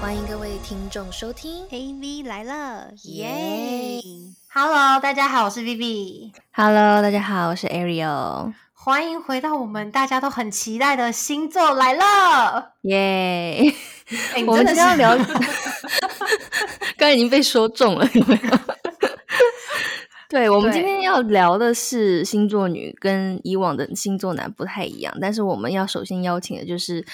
欢迎各位听众收听。 AV 来了，耶耶 Hello，大家好，我是 Vivi， Hello，大家好，我是 Ariel，欢迎回到我们大家都很期待的星座来了。哎耶、诶 你我们真今的天要是聊，刚才已经被说中了，有没有？ 对，我们今对天要聊的是星座女，跟以往的星座男不太一样。但是我们要首先邀请的就是，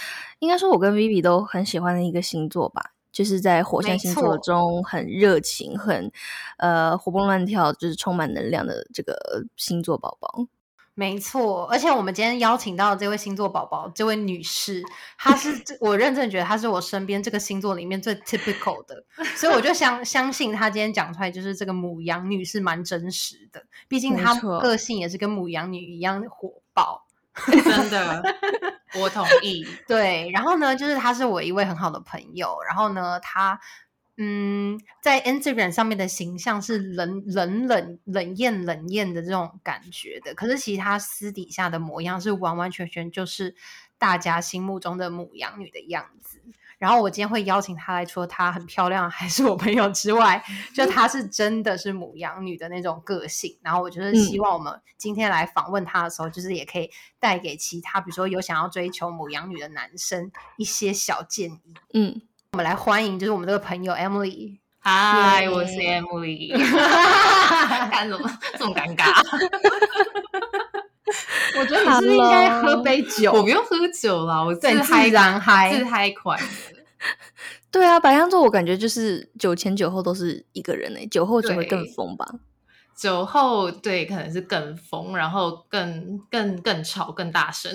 应该说我跟 Vivi 都很喜欢的一个星座吧，就是在火象没星座错中很热情、很呃活蹦乱跳，就是充满能量的这个星座宝宝。没错，而且我们今天邀请到的这位星座宝宝，这位女士，她 是这我认真觉得她是我身边这个星座里面最 typical 的，所以我就相相信她今天讲出来就是这个母羊女是蛮真实的，毕竟没她错个性也是跟母羊女一样火爆。 真的，我同意。对，然后呢，就是他是我一位很好的朋友，然后呢，他嗯，在 Instagram 上面的形象是冷冷冷冷艳冷艳的这种感觉的，可是其实他私底下的模样是完完全全就是大家心目中的母羊女的样子。然后我今天会邀请她来说她很漂亮，还是我朋友之外，就她是真的是母羊女的那种个性。然后我就是希望我们今天来访问她的时候，就是也可以带给其他，比如说有想要追求母羊女的男生一些小建议。嗯，我们来欢迎，就是我们这个朋友 Emily。嗨，耶我是 Emily。干什么这么尴尬？我觉得你是不是应该喝杯我酒？不用喝酒啦，我自对，你嗨自然自嗨。嗨款。对啊，白羊座我感觉就是酒前酒后都是一个人诶、酒后只会更对疯吧。哎酒后对，可能是更疯，然后更更更吵、更大声。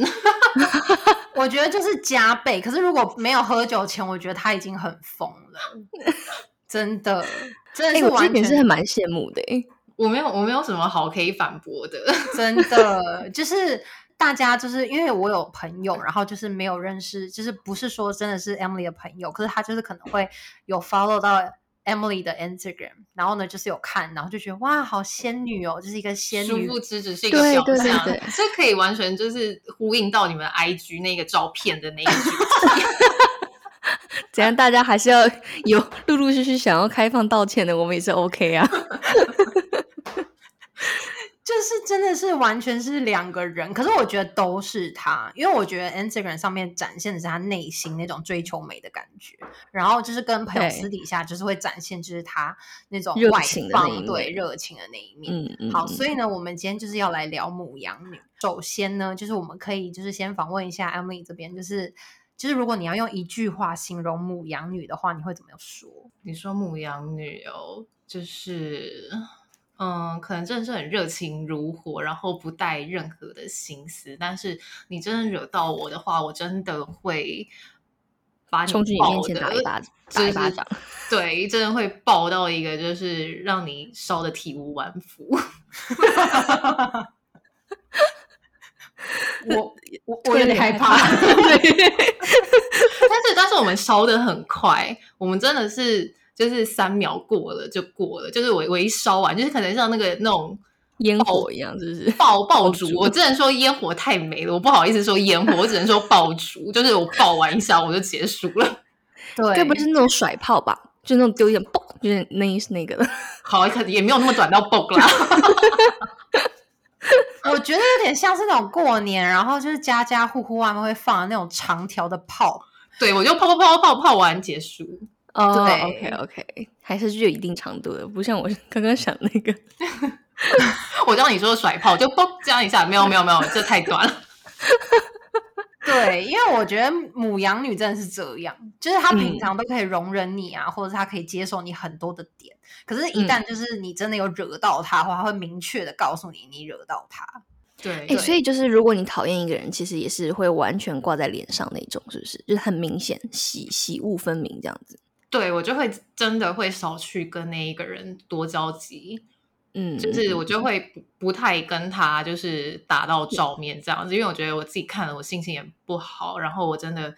我觉得就是加倍。可是如果没有喝酒前，我觉得他已经很疯了，真的，真的哎、是我这完点是全很蛮羡慕的、 欸。我没有，我没有什么好可以反驳的。 真的，就是大家就是因为我有朋友，然后就是没有认识，就是不是说真的是 Emily 的朋友，可是他就是可能会有 follow 到 Emily 的 Instagram，然后呢就是有看，然后就觉得哇，好仙女哦，就是一个仙殊女不知只是一个对表对对象对，这可以完全就是呼应到你们 IG 那个照片的那一句。怎样？大家还是要有陆陆续续想要开放道歉的，我们也是 OK 啊。就是真的是完全是两个人，可是我觉得都是他，因为我觉得 Instagram 上面展现的是他内心那种追求美的感觉，然后就是跟朋对友私底下就是会展现就是他那种热外情的那一放，对面热情的那一面。嗯嗯，好，嗯所以呢，我们今天就是要来聊母羊女。首先呢，就是我们可以就是先访问一下 Emily 这边，就是就是如果你要用一句话形容母羊女的话，你会怎么说？你说母羊女哦，就是嗯，可能真的是很热情如火，然后不带任何的心思。但是你真的惹到我的话，我真的会把你嗯冲去你面爆前的打一巴， 就打一是巴掌。对，真的会爆到一个就是让你烧的体无完肤。 我我突我然有点害害怕。 但是但是我们烧的很快，我们真的是就是三秒过了就过了，就是我我一烧完，就是可能像那个那种 烟火一样，是不是？爆爆竹，我只能说烟火太美了，我不好意思说烟火，我只能说爆竹，就是我爆完一下我就结束了。对，该不是那种甩炮吧？就那种丢一点嘣，就是那一那个的。好，可也没有那么短到爆啦。 我觉得有点像是那种过年，然后就是家家户户外面会放的那种长条的炮。对，我就泡泡泡泡泡完结束。哦对，OK OK，还是具有一定长度的，不像我刚刚想那个。我让你说甩炮就嘣这样一下，没有没有没有，这太短了。 对，因为我觉得母羊女真的是这样，就是她嗯平常都可以容忍你啊，或者是她可以接受你很多的点，可是，一嗯旦就是你真的有惹到她的话，她会明确的告诉你你惹到她。对，哎、所以就是如果你讨厌一个人，其实也是会完全挂在脸上那种，是不是？就是很明显，喜喜恶分明这样子。对我就会真的会少去跟那一个人多交集，嗯，就是我就会不不太跟他就是打到照面这样子，因为我觉得我自己看了我心情也不好，然后我真的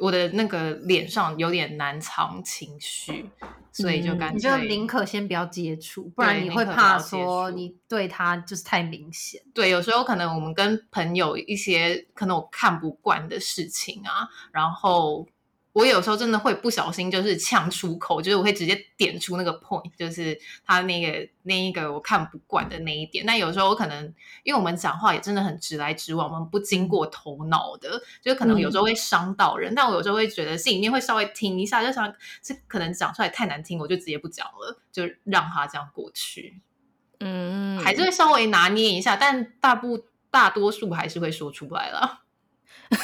我的那个脸上有点难藏情绪，所以就嗯干你脆、就宁可先不要接触，不对然你宁会可不怕要接说触你对她就是太明显。对，有时候可能我们跟朋友一些可能我看不惯的事情啊，然后我有时候真的会不小心就是呛出口，就是我会直接点出那个 point，就是他那个那一个我看不惯的那一点。那有时候我可能因为我们讲话也真的很直来直往，我们不经过头脑的，就是可能有时候会伤到人。但我有时候会觉得心里面会稍微听一下，就想这可能讲出来太难听，我就直接不讲了，就让他这样过去，嗯，还是会稍微拿捏一下，但大部大多数还是会说出来了。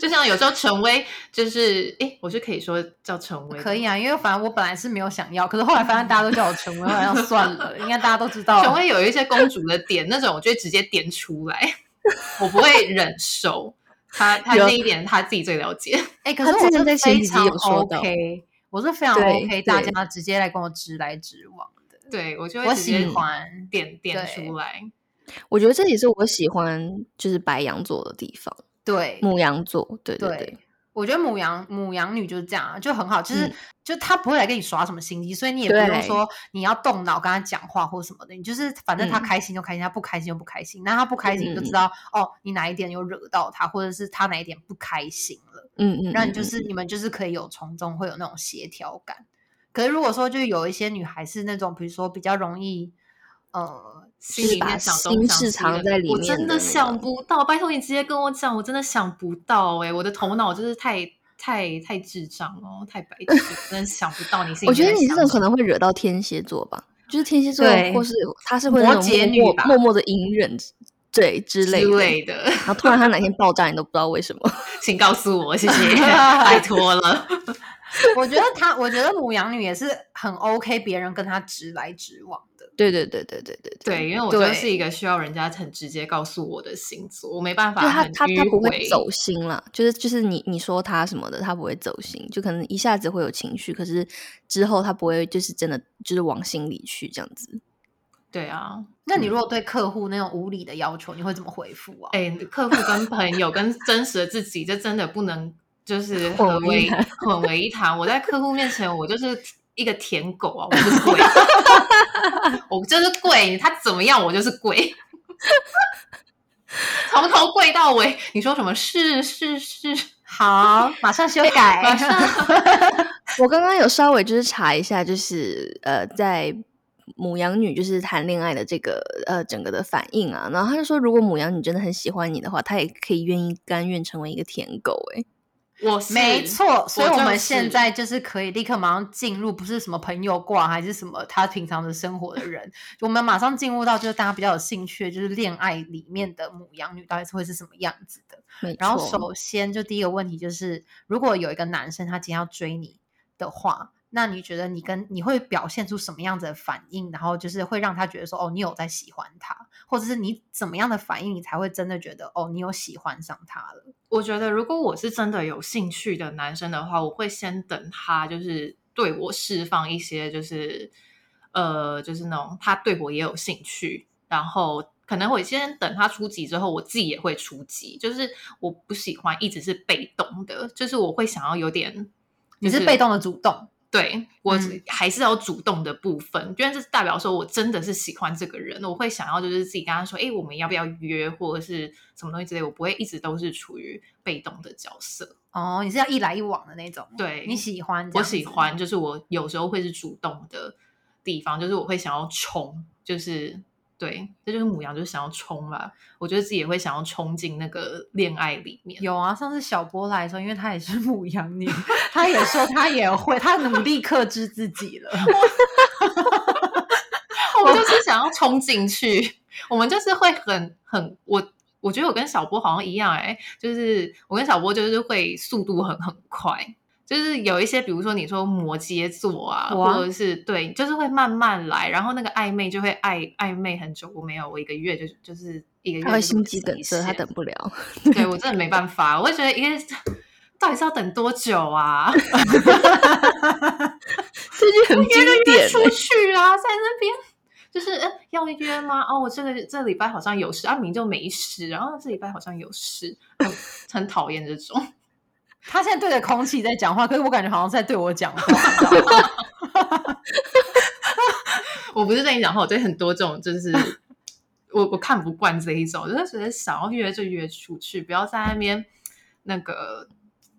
就像有时候陈威就是，哎，我是可以说叫陈威，可以。啊，因为反正我本来是没有想要，可是后来发现大家都叫我陈薇，好像算了，应该大家都知道。 陈威有一些公主的点，那种我就会直接点出来， 我不会忍受。他他有那一点他自己最了解， 哎、可他是之我前是在前非几集常有说到 OK，我是非常对 OK，大对家直接来跟我直来直往的，对我就我会直喜接欢。点点对出来。我觉得这也是我喜欢就是白羊座的地方，对，母羊座，对对对对，我觉得母羊母羊女就是这样啊，就很好，就是、嗯就她不会来跟你耍什么心机，所以你也不用对说你要动脑跟她讲话或什么的，你就是反正她嗯开心就开心，她不开心就不开心。那她不开心，你就嗯知嗯道、哦，你哪一点有惹到她，或者是她哪一点不开心了，嗯嗯，那你就嗯是你们就是可以有从中会有那种协调感。可是如果说就有一些女孩是那种，比如说比较容易，呃，心里面想东心想事西藏的在里我面真的的那想种不到，拜托你直接跟我讲，我真的想不到哎、我的头脑就是太太太智障哦，太白痴，真的想不到你心里面在想什么。我觉得你这种可能会惹到天蝎座吧，就是天蝎座对或是他是会那摩种羯女默默吧默默的隐忍对之类之的，类的， 然后突然他哪天爆炸，你都不知道为什么。 请告诉我，谢谢，拜托了。我觉得她，我觉得母羊女也是很 OK，别人跟她直来直往的。对对对对对对对，因为我对就是一个需要人家很直接告诉我的星座，我没办法就他很他他迂不会回走心啦，就是就是你你说他什么的，他不会走心，就可能一下子会有情绪，可是之后他不会就是真的就是往心里去这样子。对啊，那你如果对客户那种无理的要求，你会怎么回复啊？哎、客户跟朋友跟真实的自己，这真的不能就是混合为一为谈混为一谈。我在客户面前，我就是一个舔狗啊，我 就是跪， 我就是跪，他怎么样，我就是跪。从头跪到尾，你说什么？是是是，好， 马上修改。马上我刚刚有稍微就是查一下，就是呃，在母羊女就是谈恋爱的这个呃整个的反应啊，然后他就说，如果母羊女真的很喜欢你的话，她也可以愿意甘愿成为一个舔狗、欸，我是没，错，所以我我就们现是在就是可以立刻马上进入，不是什么朋友挂还是什么他平常的生活的人， 我们马上进入到就是大家比较有兴趣的，就是恋爱里面的母羊女到底是会是什么样子的。没然后错，首先就第一个问题就是，如果有一个男生他今天要追你的话，那你觉得你跟你会表现出什么样子的反应？然后就是会让他觉得说，哦，你有在喜欢他，或者是你怎么样的反应，你才会真的觉得，哦，你有喜欢上他了？我觉得如果我是真的有兴趣的男生的话，我会先等他就是对我释放一些就是呃就是那种他对我也有兴趣，然后可能我先等他出击之后，我自己也会出击。就是我不喜欢一直是被动的，就是我会想要有点。你就是被动的主动，对我嗯还是要主动的部分，因为这是代表说我真的是喜欢这个人，我会想要就是自己跟他说，哎，我们要不要约，或者是什么东西之类，我不会一直都是处于被动的角色。哦，你是要一来一往的那种，对你喜欢，我喜欢，，就是我有时候会是主动的地方，就是我会想要冲，就是对，这就是母羊，就是想要冲吧。我觉得自己也会想要冲进那个恋爱里面。 有啊，上次小波来的时候，因为他也是母羊 女，他也说他也会，他努力克制自己了。 我哦就是想要冲进去，我们就是会很很我。我觉得我跟小波好像一样哎、就是我跟小波就是会速度很很快，就是有一些比如说你说摩羯座啊，我啊或者是对，就是会慢慢来，然后那个暧昧就会暧暧昧很久。我没有，我一个月就就是一个月他会就是心我机自己梗塞，他写等不了。对我真的没办法，我会觉得一个 到底是要等多久啊？这句很经典、约出欸，去啊，在那边就是、呃、要约吗？哦，我这个这礼拜好像有事，阿、明就没事，然后这礼拜好像有事，很很讨厌这种。他现在对着空气在讲话，可是我感觉好像在对我讲话你知道吗。我不是跟你讲话，我对很多这种就是我我看不惯这一种，就是觉得想要约就约出去，不要在那边那个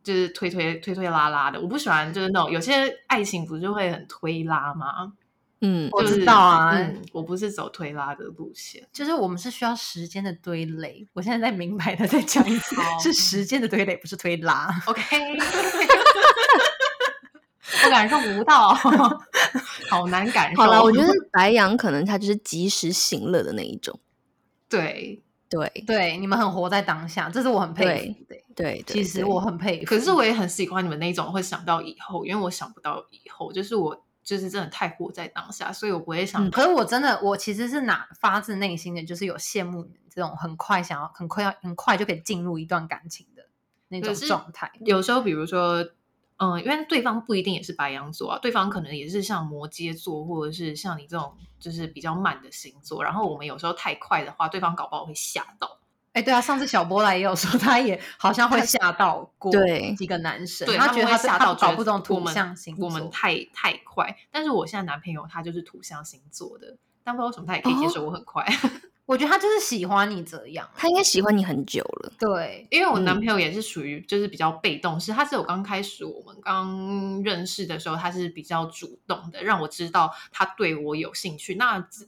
就是推推推推拉拉的，我不喜欢就是那种有些爱情不是会很推拉吗？嗯，我就是知道啊嗯，我不是走推拉的路线， 就是我们是需要时间的堆垒。我现在在明白的再讲一次，好是时间的堆垒，不是推拉。 OK，我感受不到， 好难感受。好了，我觉得白羊可能他就是及时行乐的那一种，对，对对，你们很活在当下，这是我很佩对服的。对。对其实对我很佩服，可是我也很喜欢你们那种会想到以后，因为我想不到以后，就是我就是真的太活在当下，所以我不会想嗯可是我真的，我其实是哪发自内心的，就是有羡慕你们这种很快想要、很快要、很快就可以进入一段感情的那种可是状态。有时候，比如说，嗯、因为对方不一定也是白羊座啊，对方可能也是像摩羯座，或者是像你这种就是比较慢的星座。然后我们有时候太快的话，对方搞不好会吓到。哎，对啊，上次小波来也有说，他也好像会吓到过对几个男生，对，他们觉得会他吓到，搞觉不得懂我土们象星座，我们太太快。但是我现在男朋友他就是土象星座的，但不知道为什么他也可以哦接受我很快， 我觉得他就是喜欢你这样。他应该喜欢你很久了，对，因为我男嗯朋友也是属于就是比较被动，是他是我刚开始我们刚认识的时候，他是比较主动的，让我知道他对我有兴趣。那自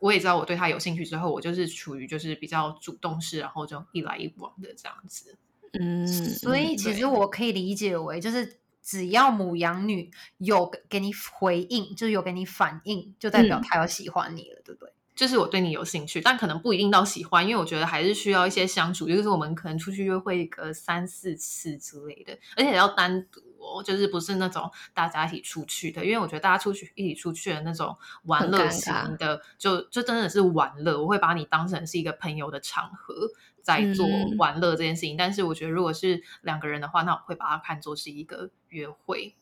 我也知道我对他有兴趣之后，我就是处于就是比较主动式，然后就一来一往的这样子。嗯，所以其对实我可以理解为，就是只要母羊女有给给你回应，就是有给你反应，就代表嗯她有喜欢你了，对不对？就是我对你有兴趣，但可能不一定到喜欢，因为我觉得还是需要一些相处，就是我们可能出去约会个三四次之类的，而且要单独哦，就是不是那种大家一起出去的，因为我觉得大家出去一起出去的那种玩乐很尴型尬的，就就真的是玩乐，我会把你当成是一个朋友的场合在做嗯玩乐这件事情，但是我觉得如果是两个人的话，那我会把它看作是一个约会，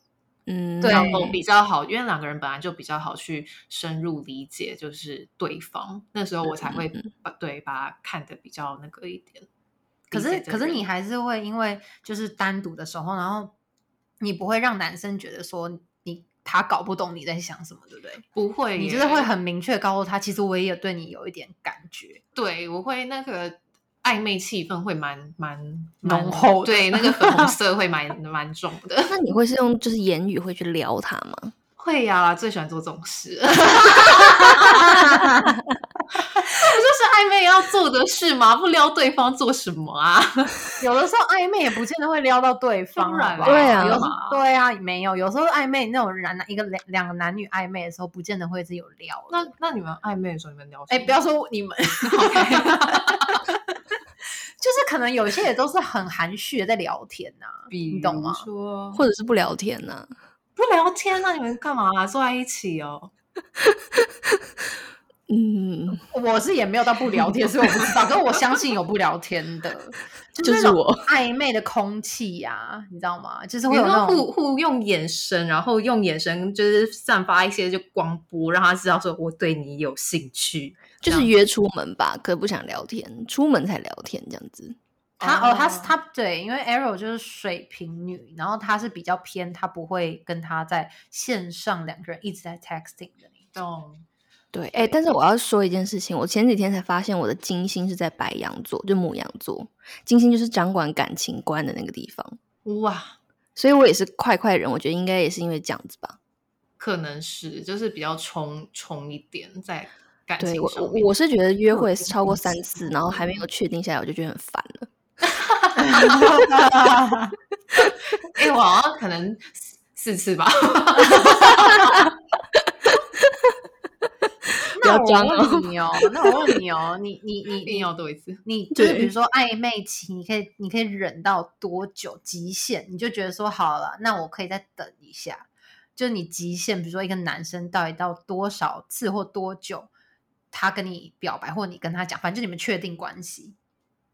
嗯，对然后比较好，因为两个人本来就比较好去深入理解，就是对方。那时候我嗯才会把对把它看得比较那个一点。可理是解可这个是人你还是会因为就是单独的时候，然后你不会让男生觉得说你他搞不懂你在想什么，对不对？不会耶，你就是会很明确地告诉他，其实我也有对你有一点感觉，对，我会那个暧昧气氛会蛮蛮浓蛮厚的对，那个粉红色 会蛮蛮重的。 那你会是用就是言语会去撩他吗？会呀、最喜欢做这种事， 不就是暧昧要做的事吗？不撩对方做什么啊？ 有的时候暧昧也不见得会撩到对方，当然好不好对啊有时对啊，没有，有时候暧昧那种男男一个两两个男女暧昧的时候，不见得会是有撩的。那那你们暧昧的时候，你们聊什哎、么不要 说你们，就是可能有些也都是很含蓄的在聊天啊呐、比你懂如吗说或者是不聊天呢、不聊天啊那、你们干嘛、坐在一起哦？嗯，我是也没有到不聊天，所以我不知道。可是我相信有不聊天 的，就是那种我暧昧的空气呀、你知道吗？就是你会有说那互种互用眼神，然后用眼神就是散发一些就光波，让他知道说我对你有兴趣。就这是样约出门吧，可不想聊天，出门才聊天这样子。他哦，他是哦他对，因为 Arrow 就是水瓶女，然后她是比较偏，她不会跟他在线上两个人一直在 texting 的那种。懂对，哎、但是我要说一件事情，我前几天才发现我的金星是在白羊座，就母羊座，金星就是掌管感情观的那个地方，哇，所以我也是快快人，我觉得应该也是因为这样子吧。可能是就是比较冲冲一点在感情嗯对我上我面我是觉得约有会点超过东三西次，然后还没有确定下来，我就觉得很烦了。哎、我好像可能四四次吧。 不要那装我问你哦，那我问你哦，你你你一定你要多一次，你就是比对如说暧昧期，你可以你可以忍到多久极限？你就觉得说好了，那我可以再等一下。就你极限，比如说一个男生到底到多少次或多久，他跟你表白或你跟他讲，反正就你们确定关系，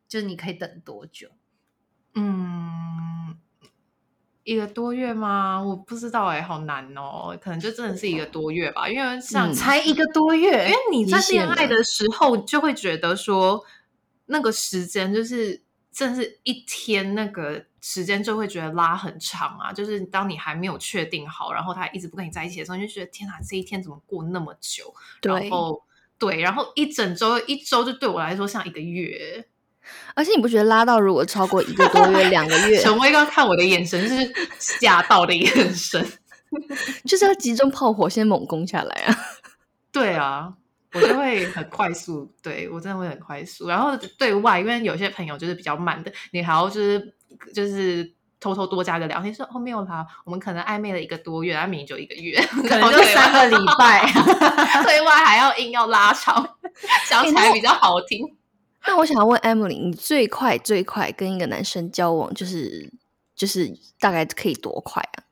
就是你可以等多久？嗯，一个多月吗？我不知道哎、好难哦，可能就真的是一个多月吧，因为像嗯才一个多月，因为你极在恋限爱了的时候，就会觉得说那个时间就是，甚至一天那个时间就会觉得拉很长啊。就是当你还没有确定好，然后他一直不跟你在一起的时候，你就觉得天哪，这一天怎么过那么久？对然，后对，然后一整周一周就对我来说像一个月。而且你不觉得拉到如果超过一个多月、两个 月，陈威刚看我的眼神是吓到的眼神。就是要集中炮火先猛攻下来啊！ 对啊，我就会很快速，对我真的会很快速。然后对外，因为有些朋友就是比较慢的，你还要就是就是偷偷多加个聊天，说哦没有啦，我们可能暧昧了一个多月，啊明明就一个月，可可能就三个礼拜。对外还要硬要拉长，讲起来比较好听。那我想要问 Emily，你最快最快跟一个男生交往，就是就是大概可以多快啊？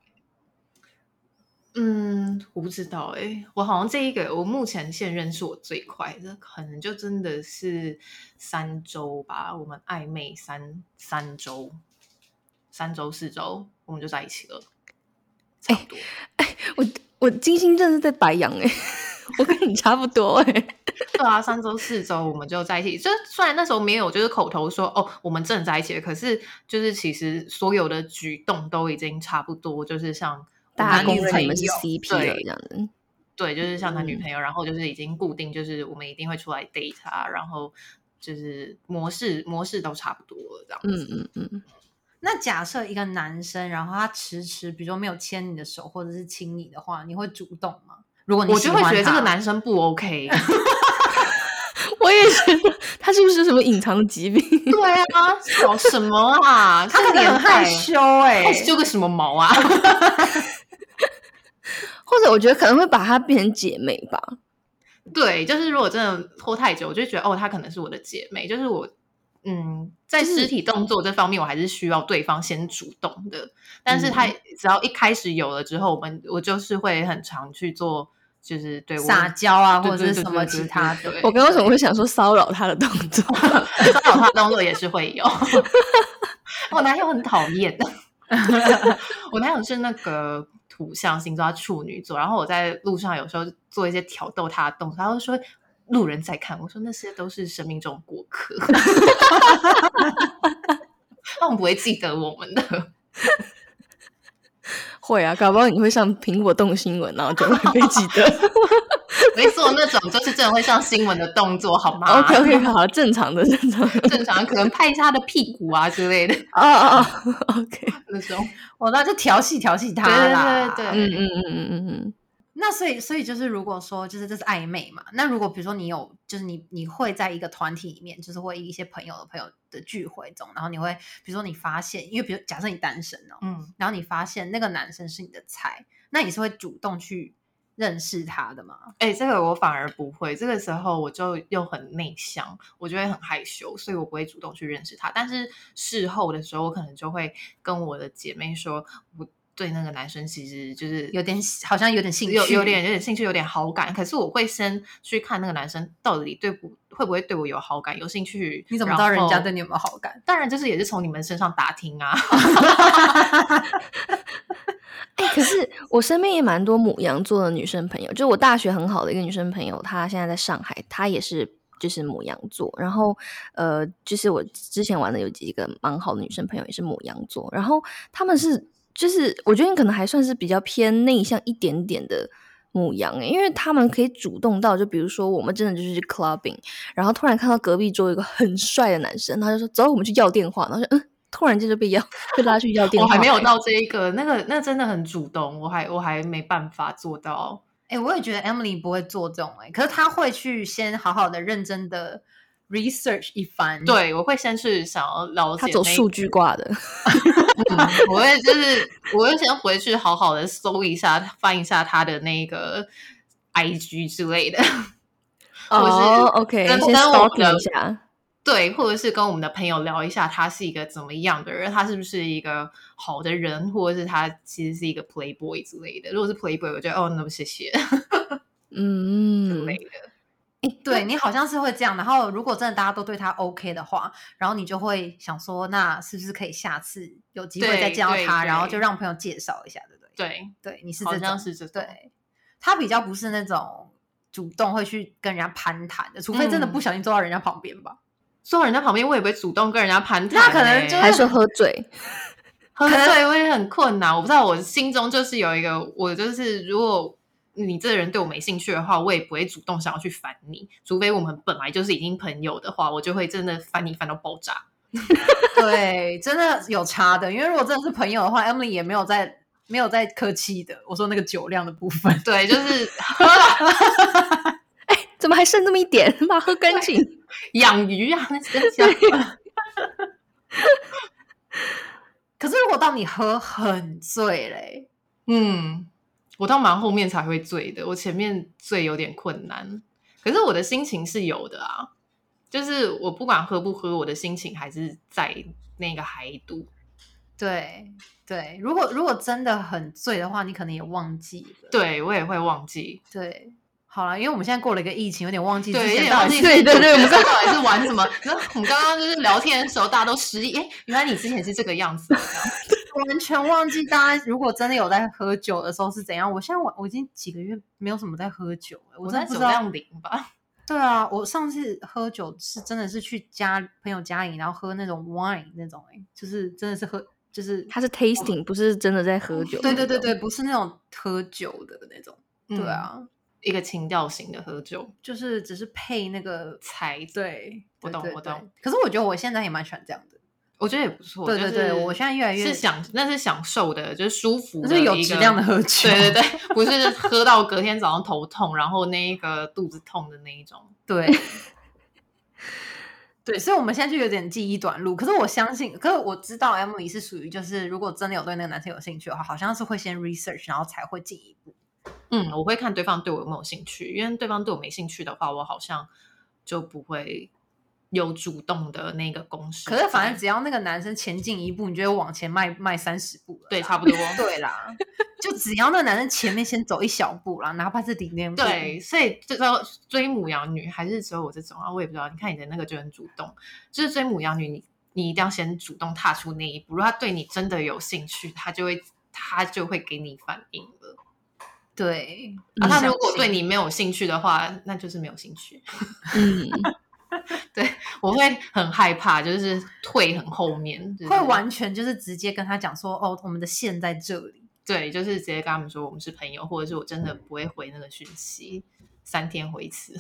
嗯，我不知道哎、我好像这一个我目前现任是我最快的，可能就真的是三周吧，我们暧昧三三周，三周四周我们就在一起了，差不多。我我金星真的是在白羊哎、 我跟你差不多 哎、对啊，三周四周我们就在一起。就虽然那时候没有就是口头说哦我们正在一起了，可是就是其实所有的举动都已经差不多，就是像大家男公女认朋你们是友 CP 对了这样子。对，就是像男女嗯朋友，然后就是已经固定，就是我们一定会出来 date 啊，然后就是模式模式都差不多了这样嗯子。嗯嗯，那假设一个男生，然后他迟迟，比如说没有牵你的手或者是亲你的话，你会主动吗？如嗯果你我喜就会欢觉得这他个，男生不 OK， 我也觉得他是不是有什么隐藏的疾病？ 对啊，搞什么啊？他这可个能很年害代，羞哎、害羞个什么毛啊？或者我觉得可能会把她变成姐妹吧。对，就是如果真的拖太久，我就觉得哦，她可能是我的姐妹，就是我。嗯，在就是肢体动作这方面，我还是需要对方先主动的。但是嗯他只要一开始有了之后，我们我就是会很常去做，就是对我撒娇啊，对或者对是对什对么对其对他对的。我刚刚为什么会想说骚扰她的动 作？ 骚扰他的动作也是会有。 我男友很讨厌， 我男友是那个土象星座，他处女座。然后我在路上有时候做一些挑逗他的动作，他就说路人在看。我说那些都是生命中过客， 他们不会记得我们的。会啊，搞不好你会上苹果动新闻，然后就会被记 得。没做那种就是真的会上新闻的动作，好吗 OK OK，好，正常的，正常 的。正常可能拍一下他的屁股啊之类的哦哦哦，OK，那种。我哦那就调戏调戏他对对啦。对对嗯嗯嗯嗯嗯嗯，那所以所以就是，如果说就是这是暧昧嘛，那如果比如说你有就是你你会在一个团体里面，就是会一些朋友的朋友的聚会中，然后你会比如说你发现，因为比如假设你单身哦，嗯，然后你发现那个男生是你的菜，那你是会主动去认识他的吗？哎、这个我反而不会，这个时候我就又很内向，我就会很害羞，所以我不会主动去认识他。但是事后的时候，我可能就会跟我的姐妹说，我对那个男生其实就是有点喜好像有点兴趣，有有点有点兴趣，有点好感。可是我会先去看那个男生到底对不会不会对我有好感、有兴趣。你怎么知道然人家后对你有没有好感？当然，就是也是从你们身上打听啊。哎、可是我身边也蛮多母羊座的女生朋友，就是我大学很好的一个女生朋友，她现在在上海，她也是就是母羊座，然后呃，就是我之前玩的有几个蛮好的女生朋友也是母羊座，然后她们是就是我觉得你可能还算是比较偏内向一点点的。母羊欸诶、因为她们可以主动到，就比如说我们真的就是去 clubbing，然后突然看到隔壁桌有一个很帅的男生，他就说走，我们去要电话，然后就嗯，突然间就被要被拉去要电我话，还没有到这一个，那个那真的很主动，我还我还没办法做到。哎、我也觉得 Emily 不会做这种哎、可是她会去先好好的、认真的 research 一番。，对，我会先去想要了解他走那数据挂的。嗯 我会就是，我会先回去好好的搜一下，翻一下他的那个 I G 之类的， 或者是哦、o k 跟先跟我 stalking 的一下。对，或者是跟我们的朋友聊一下，他是一个怎么样的人，他是不是一个好的人，或者是他其实是一个 playboy 之类的。如果是 playboy，我觉得哦，那么谢谢之嗯，类嗯的。对你好像是会这样。然后如果真的大家都对他 OK 的话，然后你就会想说，那是不是可以下次有机会再对见到对他，然后对就让朋友介绍一下，对不对？对，对，你是好这像种，是这种。对，他比较不是那种主动会去跟人家攀谈的，除非真的不嗯小心坐到人家旁边吧。坐到人家旁边，我也不会主动跟人家攀谈欸、那可能就还说喝醉， 喝醉我也很困难，我不知道，我心中就是有一个，我就是如果你这个人对我没兴趣的话，我也不会主动想要去烦你，除非我们本来就是已经朋友的话，我就会真的烦你烦到爆炸。对，真的有差的，因为如果真的是朋友的话，Emily 也没有在没有在客气的。我说那个酒量的部分， 对，就是哎，怎么还剩那么一点？ 把它喝干净。 养鱼啊，真的。可是如果到你喝很醉嘞， 嗯，我到蛮后面才会醉的，我前面醉有点困难。可是我的心情是有的啊，就是我不管喝不喝，我的心情还是在那个海度。对对，如果如果真的很醉的话，你可能也忘记了。对我也会忘记，对，好了，因为我们现在过了一个疫情，有点忘记之对，有前点到忘底记是对对 对我们刚刚还是玩什么？然后我们刚刚就是聊天的时候，大家都失忆，哎，原来你之前是这个 样子哦。这样完全忘记大家如果真的有在喝酒的时候是怎样。我现在我我已经几个月没有什么在喝酒了，我真在的不酒知道。量零吧，对啊，我上次喝酒是真的是去家朋友家里，然后喝那种 wine 那种、欸，就是真的是喝，就是它是 tasting，不是真的嗯在喝酒。对对对对，，不是那种喝酒的那种。 对啊，嗯一个情调型的喝酒就是只是配那个才对，对，我对懂对我对懂。可是我觉得我现在也蛮喜欢这样的，我觉得也不错。对对就对是我现在越来越是享，那是享受的，就是舒服就的，是有质量的。喝酒。对对对，不是喝到隔天早上头痛，然后那个肚子痛的那一种。 对对，所以我们现在就有点记忆短路。可是我相信，可是我知道 Emily 是属于就是，如果真的有对那个男生有兴趣的话，好像是会先 research，然后才会进一步。嗯，我会看对方对我有没有兴趣，因为对方对我没兴趣的话，我好像就不会有主动的那个攻势在。可是反正只要那个男生前进一步，你就会往前迈迈三十步了。对差 不多。对啦， 就只要那个男生前面先走一小步啦，哪怕是零点五，对，所以这招追母羊女还是只有我这种啊，我也不知道。你看你的那个就很主动，就是追母羊女，你你一定要先主动踏出那一步。如果他对你真的有兴趣，他就会他就会给你反应了。对，啊，嗯他相如果对信你没有兴趣的话，那就是没有兴趣。嗯，我会很害怕，就是退很后面，就是会完全就是直接跟他讲说，哦，我们的线在这里。对，就是直接跟他们说我们是朋友，或者是我真的不会回那个讯息，三天回一次。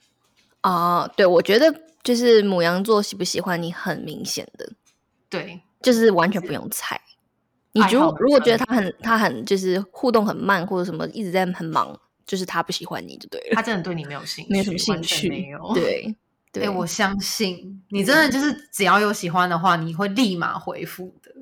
哦，对，我觉得就是母羊座喜不喜欢你很明显的，对，就是完全不用猜。你爱如好果本如果觉得身他很他很就是互动很慢或者什么一直在很忙，就是他不喜欢你就对了，他真的对你没有兴趣，没有什么兴完全趣，没 有。对哎、对，我相信你真的就是只要有喜欢的话，你会立马回复的。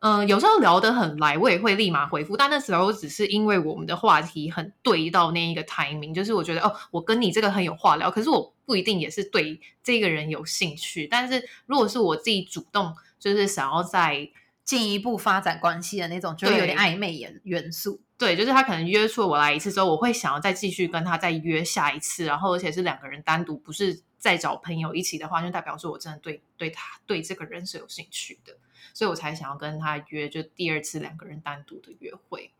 嗯、有时候聊得很来，我也会立马回复，但那时候只是因为我们的话题很对到那一个 timing，就是我觉得哦，我跟你这个很有话聊，可是我不一定也是对这个人有兴趣，但是如果是我自己主动，就是想要在进一步发展关系的那种，就会有点对暧昧元元素。对，就是他可能约出我来一次之后，我会想要再继续跟他再约下一次，然后而且是两个人单独，不是再找朋友一起的话，就代表说我真的对对他对这个人是有兴趣的，所以我才想要跟他约就第二次两个人单独的约会。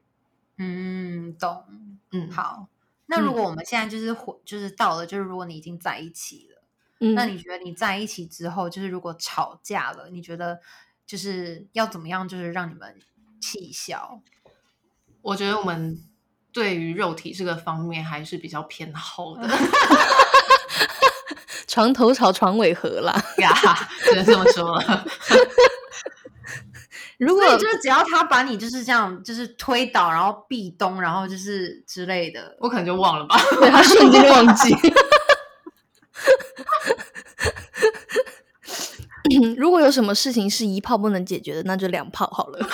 嗯，懂。嗯，好，那如果我们现在就是回，就是到了，就是如果你已经在一起了，嗯那你觉得你在一起之后，就是如果吵架了，你觉得就是要怎么样，就是让你们气 消？我觉得我们对于肉体这个方面还是比较偏好 的床头吵床尾和啦。 呀，只能这么说了。如果 所以就是只要他把你就是这样，就是推倒，然后壁咚，然后就是之类的，我可能就忘了吧。 对他瞬间忘记。嗯如果有什么事情是一炮不能解决的，那就两炮好 了。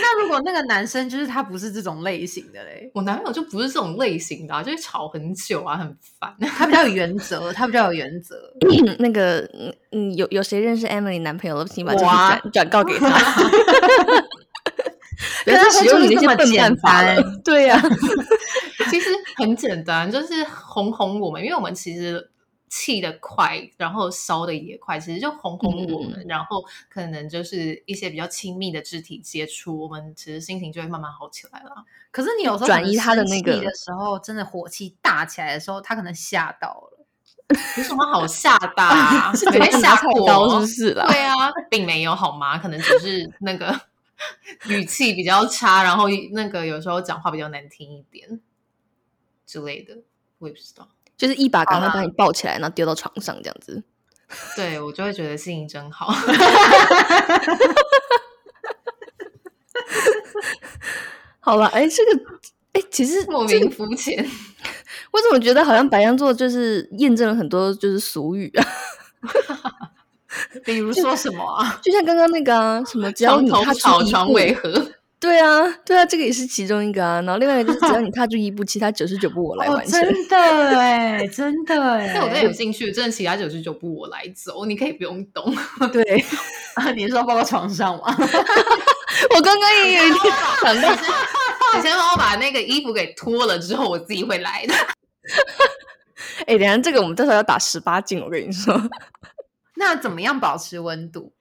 那如果那个男生就是他不是这种类型的嘞， 我男朋友就不是这种类型的、啊，就是吵很久啊，很烦。 他比较有原 则，他比较有原则。那个，嗯嗯，有有谁认识 Emily 男朋友了？请把这我啊个转转告给 他。不要可再是使他就用是你那这些么笨简办法了。对呀、其实很简单，就是哄哄我们，因为我们其实气得快，然后烧的也快，其实就哄哄我嗯们，然后可能就是一些比较亲密的肢体接触，我们其实心情就会慢慢好起来了。啊可是你有时候转可能移他的生那气个的时候，真的火气大起来的时候，他可能吓到了。有什么好吓的、啊？ 是没准备被吓拿菜过 刀是不是啦？对啊，并没有好吗？可能只是那个语气比较差，然后那个有时候讲话比较难听一点之类的，我也不知道。就是一把赶快把你抱起来，然后丢到床上这样子。对我就会觉得心情真好。好了，哎，这个，哎，其实 莫这个名肤浅，我怎么觉得好像白羊座就是验证了很多就是俗语啊， 比如说什么 啊？就像刚刚那个啊，什么只要床你头踏不出吵一床步，尾和。对啊，对啊，这个也是其中一个啊。然后另外一个就是只要你踏出一步，其他九十九步我来哦，完成。 真的 哎，真的哎，但我真的有兴趣，真的其他九十九步我来走，你可以不用 动。对， 你是说包括床上吗？ 我刚刚也有一点想到，你先帮我把那个衣服给脱了之后，我自己会来的。哎，等一下这个我们到时候要打十八禁，我跟你说。那怎么样保持温度？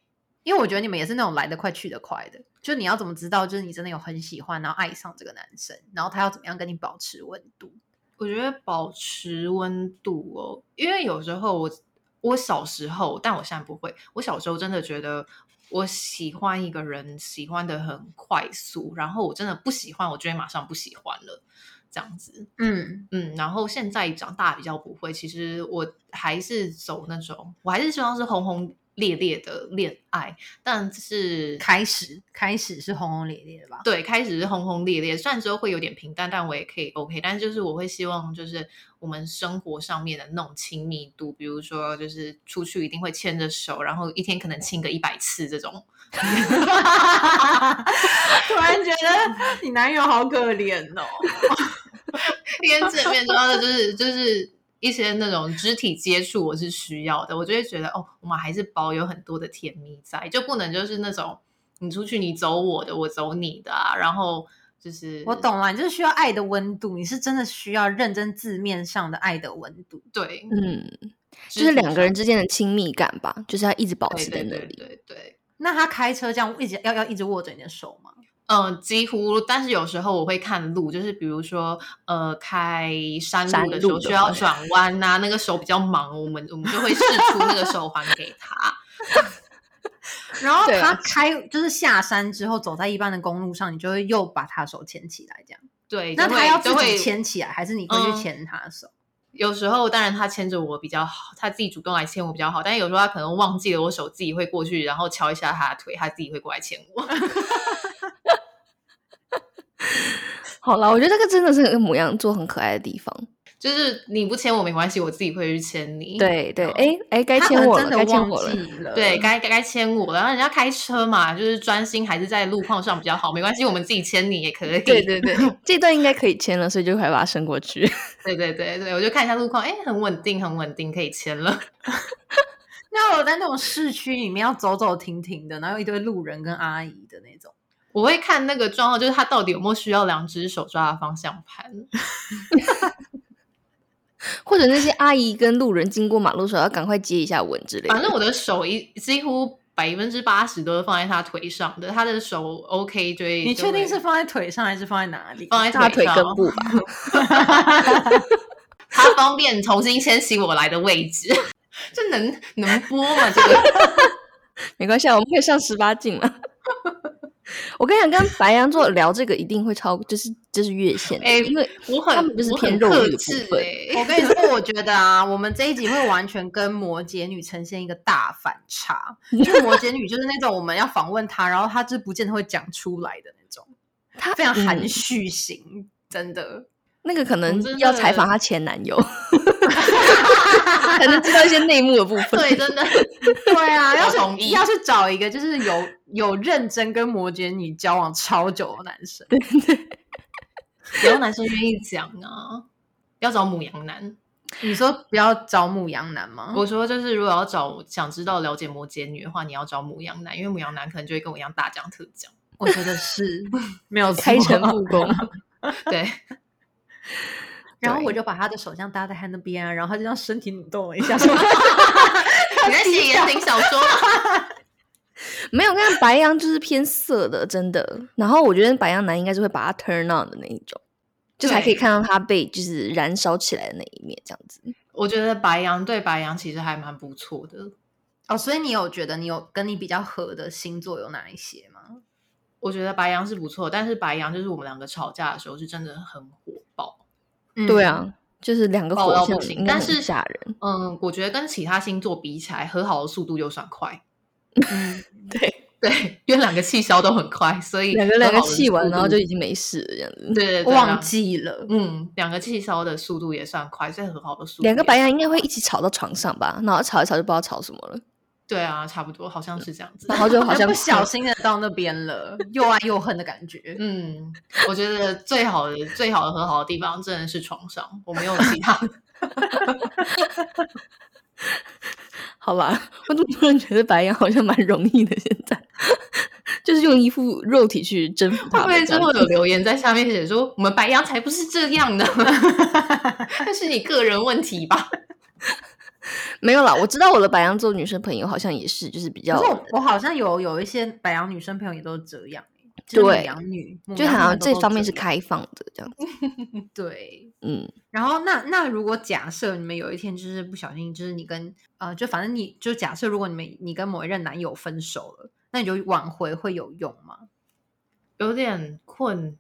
因为我觉得你们也是那种来得快去得快的，就你要怎么知道，就是你真的有很喜欢，然后爱上这个男生，然后他要怎么样跟你保持温度？我觉得保持温度哦，因为有时候我我小时候，但我现在不会。我小时候真的觉得我喜欢一个人，喜欢的很快速，然后我真的不喜欢，我就会马上不喜欢了，这样子。嗯，嗯，然后现在长大比较不会，其实我还是走那种，我还是希望是轰轰烈烈的恋爱，但是开始开始是轰轰烈烈的吧？对，开始是轰轰烈烈，虽然之后会有点平淡，但我也可以 OK。但是就是我会希望，就是我们生活上面的那种亲密度，比如说就是出去一定会牵着手，然后一天可能亲个一百次这种。 突然觉得你男友好可怜哦。一天见面之后呢就是就是一些那种肢体接触，我是需要的。我就会觉得哦，我们还是保有很多的甜蜜在，就不能就是那种你出去你走我的，我走你的啊，然后就是我懂了，你就是需要爱的温度，你是真的需要认真字面上的爱的温度。对，嗯，就肢是体两个人上之间的亲密感吧，就是要一直保持在对那对对里。对对。那他开车这样一直要要一直握着你的手吗？嗯，几乎，但是有时候我会看路，就是比如说，呃，开山山路的时候路的需要话转弯呐、那个手比较忙，我们我们就会试出那个手环给他。然后对他啊开就是下山之后走在一般的公路上，你就会又把他的手牵起来，这样。对，那就他会要就自己会牵起来，还是你会嗯去牵他的手？有时候当然他牵着我比较好，他自己主动来牵我比较好，但有时候他可能忘记了我手，自己会过去，然后敲一下他的腿，他自己会过来牵我。 好了，我觉得这个真的是母羊座很可爱的地方。就是你不牵我没关系，我自己会去牵你。对对，好哎哎，该他可牵能我真了，的该牵忘我了。记了，对，该该该牵我了，然后人家开车嘛，就是专心还是在路况上比较好，没关系，我们自己牵你也可以。对对对，这段应该可以签了，所以就快把它伸过去。对对对对，我就看一下路况，哎，很稳定，很稳定，可以签了。 那我在那种市区里面要走走停停的，然后一堆路人跟阿姨的那种，我会看那个状况，就是他到底有没有需要两只手抓的方向盘。或者那些阿姨跟路人经过马路的时候，要赶快接一下吻之类的。啊反正我的手一几乎百分之八十都是放在他腿上的，他的手 OK 就会。你确定就会是放在腿上还是放在哪里？放在大腿上根部吧，他方便重新牵起我来的位置？ 这能能播吗？这个？没关系，啊，我们可以上十八禁了。 我跟你讲，跟白羊座聊这个一定会超，就是就是越线的，哎因为我很他们就是我很偏肉克欲的部制分 欸我跟你说，我觉得啊，我们这一集会完全跟摩羯女呈现一个大反差，因为摩羯女就是那种我们要访问她，然后她就不见得会讲出来的那种，她非常含嗯蓄型，真的。那个可能真要的采访她前男友， 才能知道一些内幕的部分。对，真的。 对啊，要我同是意要是找一个就是有有认真跟摩羯女交往超久的男生，有男生愿意讲啊，要找母羊男。你说不要找母羊男吗？嗯我说就是，如果要找想知道了解摩羯女的话，你要找母羊男，因为母羊男可能就会跟我一样大讲特讲。我觉得 是没有开错诚 布公， 对，然后我对就把他的手这样搭在他那边啊，然后他就让身体扭动了一 下，说你在写言情小说吗？没有，看白羊就是偏色的，真的。然后我觉得白羊男应该是会把他 turn on 的那一种，就才可以对嗯看到他被就是燃烧起来的那一面，这样子。我觉得白羊对白羊其实还蛮不错的。哦，所以你有觉得你有跟你比较合的星座有哪一些吗？我觉得白羊是不错，但是白羊就是我们两个吵架的时候是真的很火爆，对嗯，啊，就是两个爆火到象不，行应该但很是吓人。嗯，我觉得跟其他星座比起来，和好的速度又算快，嗯，对，对，因为两个气消都很快，所以两个两和个好的气完，速然后度就已经没事了这样子。对对对忘两记了，嗯，两个气消的速度也算快，所以和好的速度两个也白羊算应该快会一起吵到床上吧，然后吵一吵就不知道吵什么了，对啊，差不多好像是这样子。然后就好好 像不小心的到那边了，又爱又恨的感觉。嗯，我觉得最好的、最好的和好的地方真的是床上，我没有其 他的。好吧， 我怎么突然觉得白羊好像蛮容易的？现在 就是用一副肉体去征服会他不们会这之样后子。有留言在下面写说我们白羊才不是这样的， 那是你个人问题吧？没有啦，我知道我的白羊座女生朋友好像也是，就是比可较是我我好像有有一些白羊女生朋友也都这样欸，就是对母羊女，母就羊好女像都这都方面这是样开放的这样子。对。嗯，然后那那如果假设你们有一天就是不小心，就是你跟呃，就反正你就假设如果你们你跟某一任男友分手了，那你就挽回会有用吗？有点困，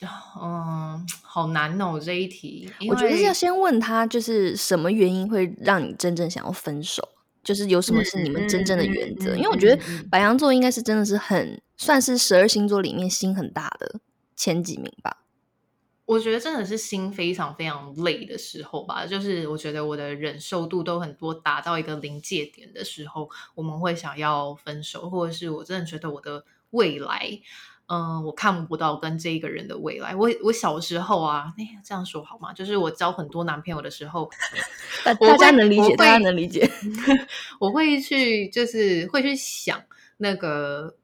嗯，好难哦这一题。因我觉得是为要先问他，就是什么原因会让你真正想要分手，就是有什么嗯是你们真正的原则。嗯嗯嗯因为我觉得嗯嗯嗯白羊座应该是真的是很算是十二星座里面心很大的前几名吧。我觉得真的是心非常非常累的时候吧，就是我觉得我的忍受度都很多达到一个临界点的时候，我们会想要分手，或者是我真的觉得我的未来，嗯，我看不到跟这一个人的未来。我我小时候啊，哎呀，这样说好吗？就是我交很多男朋友的时候，大我大家会能理我解，大家会能理解。 我会去就是会去想那个，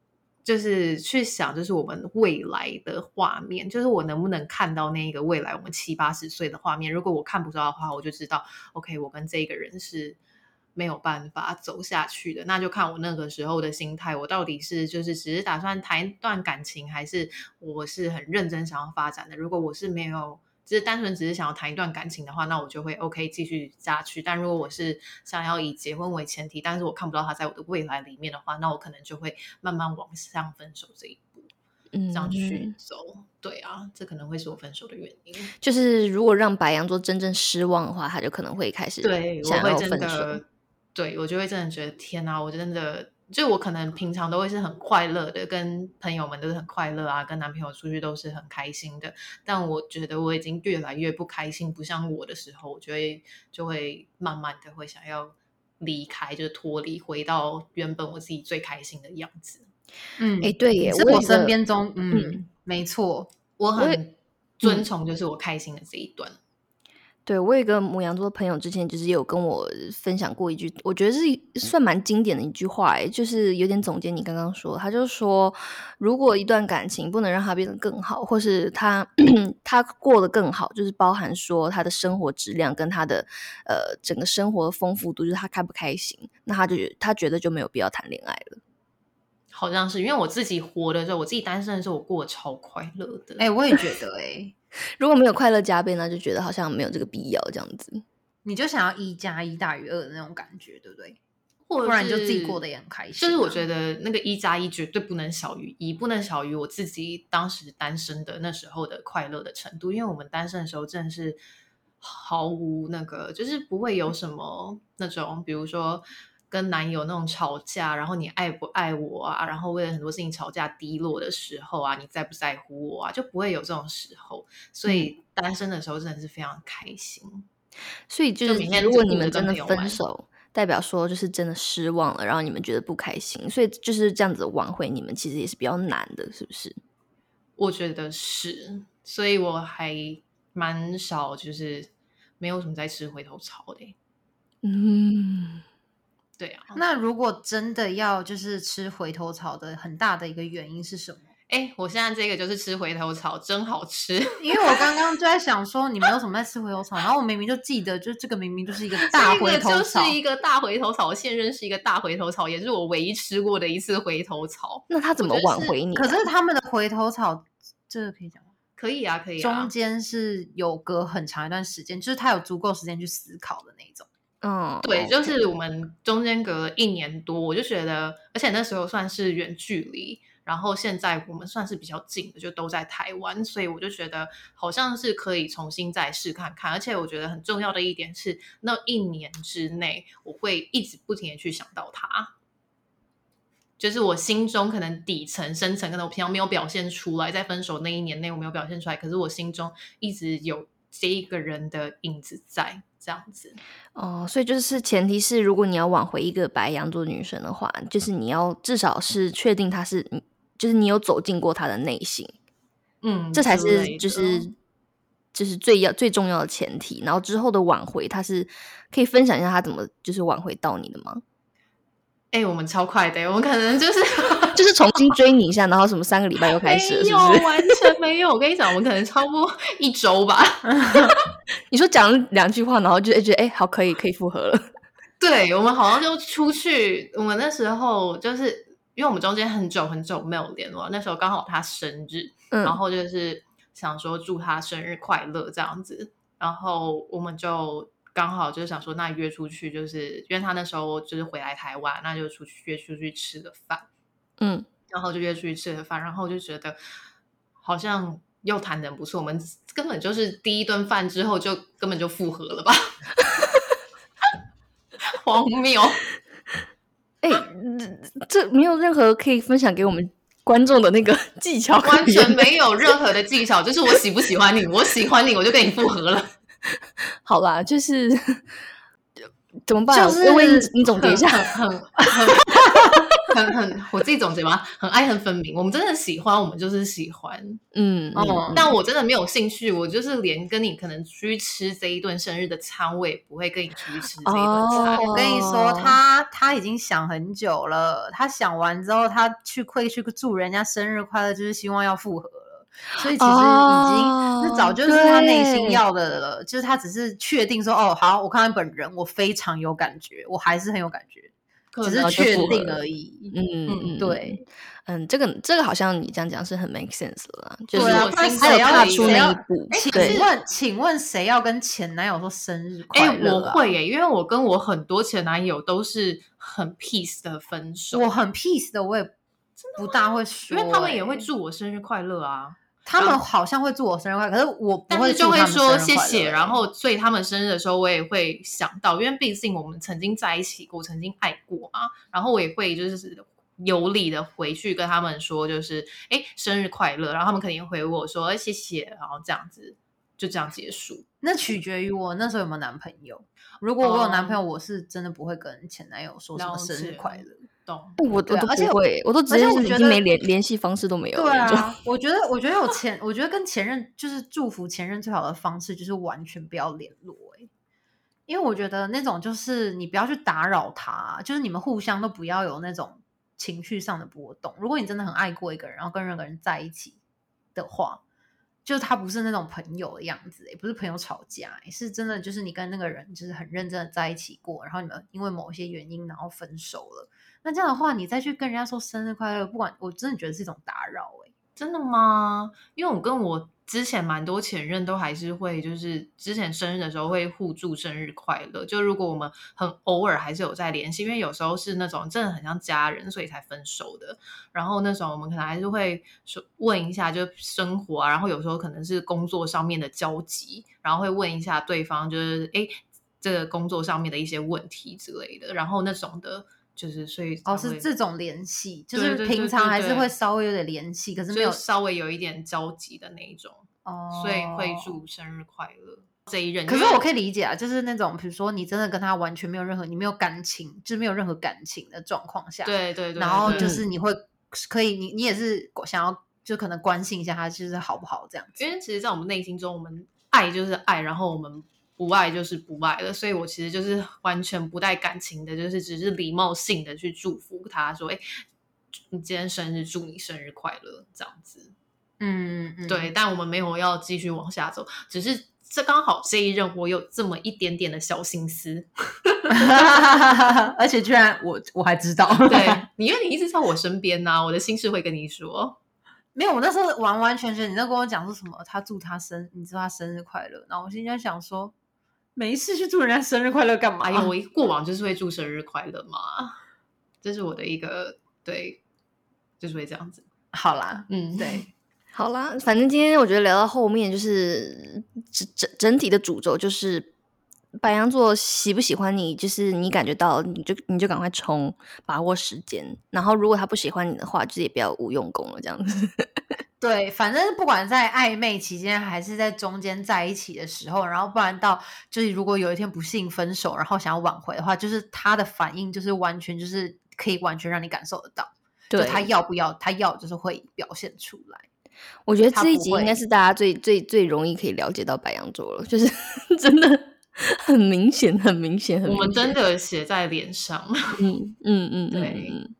就是去想就是我们未来的画面，就是我能不能看到那一个未来我们七八十岁的画面。如果我看不到的话，我就知道，OK，我跟这个人是。没有办法走下去的，那就看我那个时候的心态，我到底是就是只是打算谈一段感情，还是我是很认真想要发展的。如果我是没有，只是单纯只是想要谈一段感情的话，那我就会 OK 继续下去。但如果我是想要以结婚为前提，但是我看不到他在我的未来里面的话，那我可能就会慢慢往上分手这一步，嗯，这样去走。对啊，这可能会是我分手的原因。就是如果让白羊座真正失望的话，他就可能会开始对，我想会要真分手的。，对我就会真的觉得天哪，我真的。就我可能平常都会是很快乐的，跟朋友们都是很快乐啊，跟男朋友出去都是很开心的。但我觉得我已经越来越不开心，不像我的时候，我就会就会慢慢的会想要离开，就是脱离，回到原本我自己最开心的样子。嗯，哎、对耶，是我有我一身个边中，嗯，没错，我我也嗯很遵从就是我开心的这一段。对我有一个母羊座朋友，之前就是也有跟我分享过一句，我觉得是嗯一算蛮经典的一句话，哎，就是有点总结你刚刚说，他就说，如果一段感情不能让他变得更好，或是 他他过得更好，就是包含说他的生活质量跟他的呃整个生活的丰富度，就是他开不开心，那他就觉他觉得就没有必要谈恋爱了。好像是因为我自己活的时候，我自己单身的时候，我过得超快乐的。哎、我也觉得、哎，如果没有快乐加倍，那就觉得好像没有这个必要这样子。你就想要一加一大于二的那种感觉，对不对？或者不然你就自己是过得也很开心、啊就是我觉得，得那个一加一绝对不能小于一，不能小于我自己当时单身的那时候的快乐的程度，因为我们单身的时候真的是毫无那个，就是不会有什么那种，比如说。跟男友那种吵架，然后你爱不爱我啊？然后为了很多事情吵架低落的时候啊，你在不在乎我啊？就不会有这种时候，所嗯以单身的时候真的是非常开心。所以就就是每天如只果顾你着们跟真的朋友分玩手，代表说就是真的失望了，然后你们觉得不开心，所以就是这样子挽回你们其实也是比较难的，是不是？我觉得是，所以我还蛮少，就是没有什么在吃回头草的欸。嗯，对啊，那如果真的要就是吃回头草的很大的一个原因是什么？ 哎，我现在这个就是吃回头草，真好吃。因为我刚刚就在想说，你们有什么在吃回头草？然后我明明就记得，就这个明明就是一个 大这个回头就草，是一个大回头草，我现任是一个大回头草，也是我唯一吃过的一次回头草。 那他怎我么觉得挽是回你啊、可是他们的回头草，这个可以讲吗？可以啊，可以啊中，间是有隔很长一段时间，就是他有足够时间去思考的那一种。嗯，对，哦就是我们中间隔了一年多，我就觉得，而且那时候算是远距离，然后现在我们算是比较近的，就都在台湾，所以我就觉得好像是可以重新再试看看。而且我觉得很重要的一点是，那一年之内我会一直不停的去想到他，就是我心中可能底层、深层，可能我平常没有表现出来，在分手那一年内我没有表现出来，可是我心中一直有这一个人的影子在，这样子。哦，所以就是前提是，如果你要挽回一个白羊座女生的话，就是你要至少是确定她是，就是你有走进过她的内心，嗯，这才之类是的就是就是最要最重要的前提。然后之后的挽回，她是可以分享一下她怎么就是挽回到你的吗？哎、我们超快的、我们可能就是就是重新追你一下，然后什么三个礼拜又开始了，没是有，不是？ 完全没有。我跟你讲，我们可能超过一周吧。你说讲两句话，然后就哎觉得哎好可以可以复合了，对我们好像就出去，我们那时候就是因为我们中间很久很久没有联络，那时候刚好他生日，嗯，然后就是想说祝他生日快乐这样子，然后我们就刚好就是想说那约出去，就是因为他那时候就是回来台湾，那就出去约出去吃个饭，嗯然后就约出去吃了饭，然后就觉得好像又谈的不错，我们根本就是第一顿饭之后就根本就复合了吧， 荒谬。哎、 这这没有任何可以分享给我们观众的那个技巧可完言，全没有任何的技巧，就是我喜不喜欢你，我喜欢你，我就跟你复合了。好啦，就是 怎么办？就是微微你你总结一下，很很 很很很，我自己总结嘛，很爱恨分明。我们真的喜欢，我们就是喜欢。嗯，嗯哦嗯但我真的没有兴趣，我就是连跟你可能出去吃这一顿生日的餐，我也不会跟你出去吃这一顿餐。哦我跟你说，哦他他已经想很久了，他想完之后，他去会去祝人家生日快乐，就是希望要复合了。所以其实已经、那哦早就是他内心对要的了，就是他只是确定说，哦，好，我看他本人，我非常有感觉，我还是很有感觉，可只能是就确复合定了而已。嗯嗯对，嗯，这个这个好像你这样讲是很 make sense 的啦，就是对啊，我不然心他有谁里踏要出谁那要一步哎，，可对请，问，请问谁要跟前男友说生日哎、快乐、我啊？会耶，因为我跟我很多前男友都是很 peace 的分手，我很 peace 的，我也不大会说、因为他们也会哎祝我生日快乐啊，他然们后好像会祝我生日快乐，可是我不但会是就祝会他们生说日谢快谢。乐然后，所以他们生日的时候，我也会想到，因为毕竟我们曾经在一起过，曾经爱过嘛，然后我也会就是。有理的回去跟他们说，就是哎、生日快乐，然后他们肯定回我说哎谢谢，然后这样子就这样结束。那取决于我那时候有没有男朋友。如果我有男朋友，我是真的不会跟前男友说什么哦了生日解快乐。懂？ 我我对啊都而且不会，我都直而接且我是已觉经没得联联系方式都没有对了，就啊，我觉得，我觉得有前，我觉得跟前任就是祝福前任最好的方式就是完全不要联络、欸，因为我觉得那种就是你不要去打扰他，啊就是你们互相都不要有那种情绪上的波动。如果你真的很爱过一个人，然后跟任何人在一起的话，就是他不是那种朋友的样子、欸也不是朋友吵架、欸，是真的就是你跟那个人就是很认真的在一起过，然后你们因为某一些原因然后分手了。那这样的话，你再去跟人家说生日快乐，不管我真的觉得是一种打扰、欸，真的吗？因为我跟我之前蛮多前任都还是会，就是之前生日的时候会互助生日快乐。就如果我们很偶尔还是有在联系，因为有时候是那种真的很像家人，所以才分手的。然后那种我们可能还是会说问一下，就生活啊，然后有时候可能是工作上面的交集，然后会问一下对方，就是诶这个工作上面的一些问题之类的。然后那种的，就是所以哦，才是会这种联系，就对是对平对常对还是对会稍微有点联系，可是没就有是稍微有一点交集的那一种。哦，所以会。祝生日快乐这一任。可因是为我可以理解啊，就是那种比如说你真的跟他完全没有任何，你没有感情，就是没有任何感情的状况下，，对对对，然后对就是你会可以，你你也是想要就可能关心一下他，就是好不好这样子。因为其实，在我们内心中，我们爱就是爱，然后我们不爱就是不爱了。所以我其实就是完全不带感情的，就是只是礼貌性的去祝福他说：“哎，你今天生日，祝你生日快乐。”这样子。嗯嗯，对，，但我们没有要继续往下走，只是这刚好这一任我有这么一点点的小心思。嗯 而且居然我我还知道， 对，你因为你一直在我身边呐、我的心事会跟你说。没有，我那时候完完全全，你在跟我讲说什么？他祝他生，你祝他生日快乐。然后我心里在想说，没事去祝人家生日快乐干嘛？哎因呀，为我一过往就是会祝啊生日快乐嘛，这是我的一个对，就是会这样子。好啦，嗯，对， 好啦，反正今天我觉得聊到后面，就是整整整体的主轴就是白羊座喜不喜欢你，就是你感觉到你就你就赶快冲，把握时间。然后如果他不喜欢你的话，就是也不要无用功了，这样子。 对，反正不管在暧昧期间，还是在中间在一起的时候，然后不然到就是如果有一天不幸分手，然后想要挽回的话，就是他的反应就是完全就是可以完全让你感受得到，就对，他要不要，他要就是会表现出来。我觉得他这一不集应会该是大家最最最容易可以了解到白羊座了，就是 真的很明显，很明显，很我明们真显的写在 脸上。嗯嗯嗯，嗯对嗯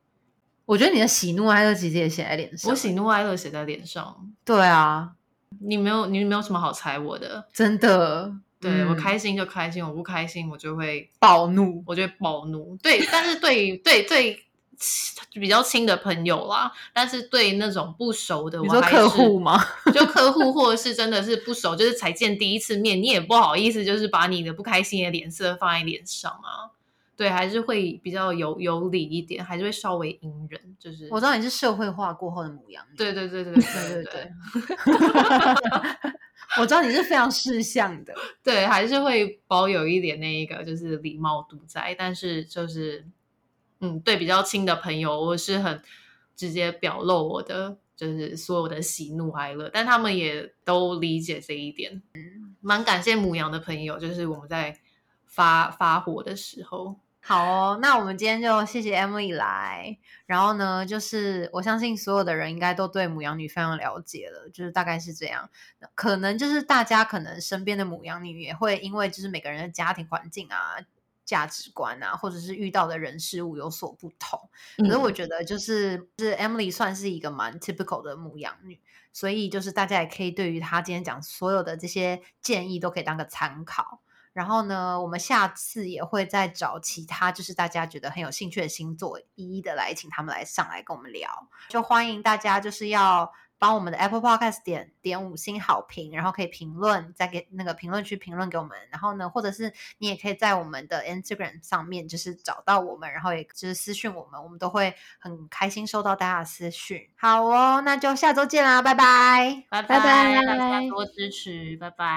我觉得你的喜怒哀乐其实也写在脸上。我喜怒哀乐写在脸上，对啊，你没有，你没有什么好猜我的。真的，对、嗯我开心就开心，我不开心我就会，暴怒。我就会暴怒。对，但是对于对对比较亲的朋友啦，但是对那种不熟的，你我说还客是户吗？就客户或者是真的是不熟，就是才见第一次面，你也不好意思，就是把你的不开心的脸色放在脸上啊。对，还是会比较有有理一点，还是会稍微隐忍，就是 我知道你是社会化过后的母羊女，对对对对对对对对 对对，我知道你是非常识相的。对，还是会保有一点那一个就是礼貌度在，但是就是嗯，对比较亲的朋友，我是很直接表露我的就是所有的喜怒哀乐，但他们也都理解这一点，嗯蛮感谢母羊的朋友，就是我们在发发火的时候，好哦，那我们今天就谢谢 Emily 来。然后呢，就是我相信所有的人应该都对母羊女非常了解了，就是大概是这样。可能就是大家可能身边的母羊女也会因为就是每个人的家庭环境啊、价值观啊，或者是遇到的人事物有所不同。嗯可是我觉得就是是 Emily 算是一个蛮 typical 的母羊女，所以就是大家也可以对于她今天讲所有的这些建议都可以当个参考。然后呢，我们下次也会再找其他就是大家觉得很有兴趣的星座，一一的来请他们来上来跟我们聊。就欢迎大家就是要帮我们的 Apple Podcast 点点五星好评，然后可以评论，再给那个评论区评论给我们。然后呢，或者是你也可以在我们的 Instagram 上面就是找到我们，然后也就是私讯我们，我们都会很开心收到大家的私讯。好哦，那就下周见啦，拜拜。拜拜拜，大拜家多支持，拜拜。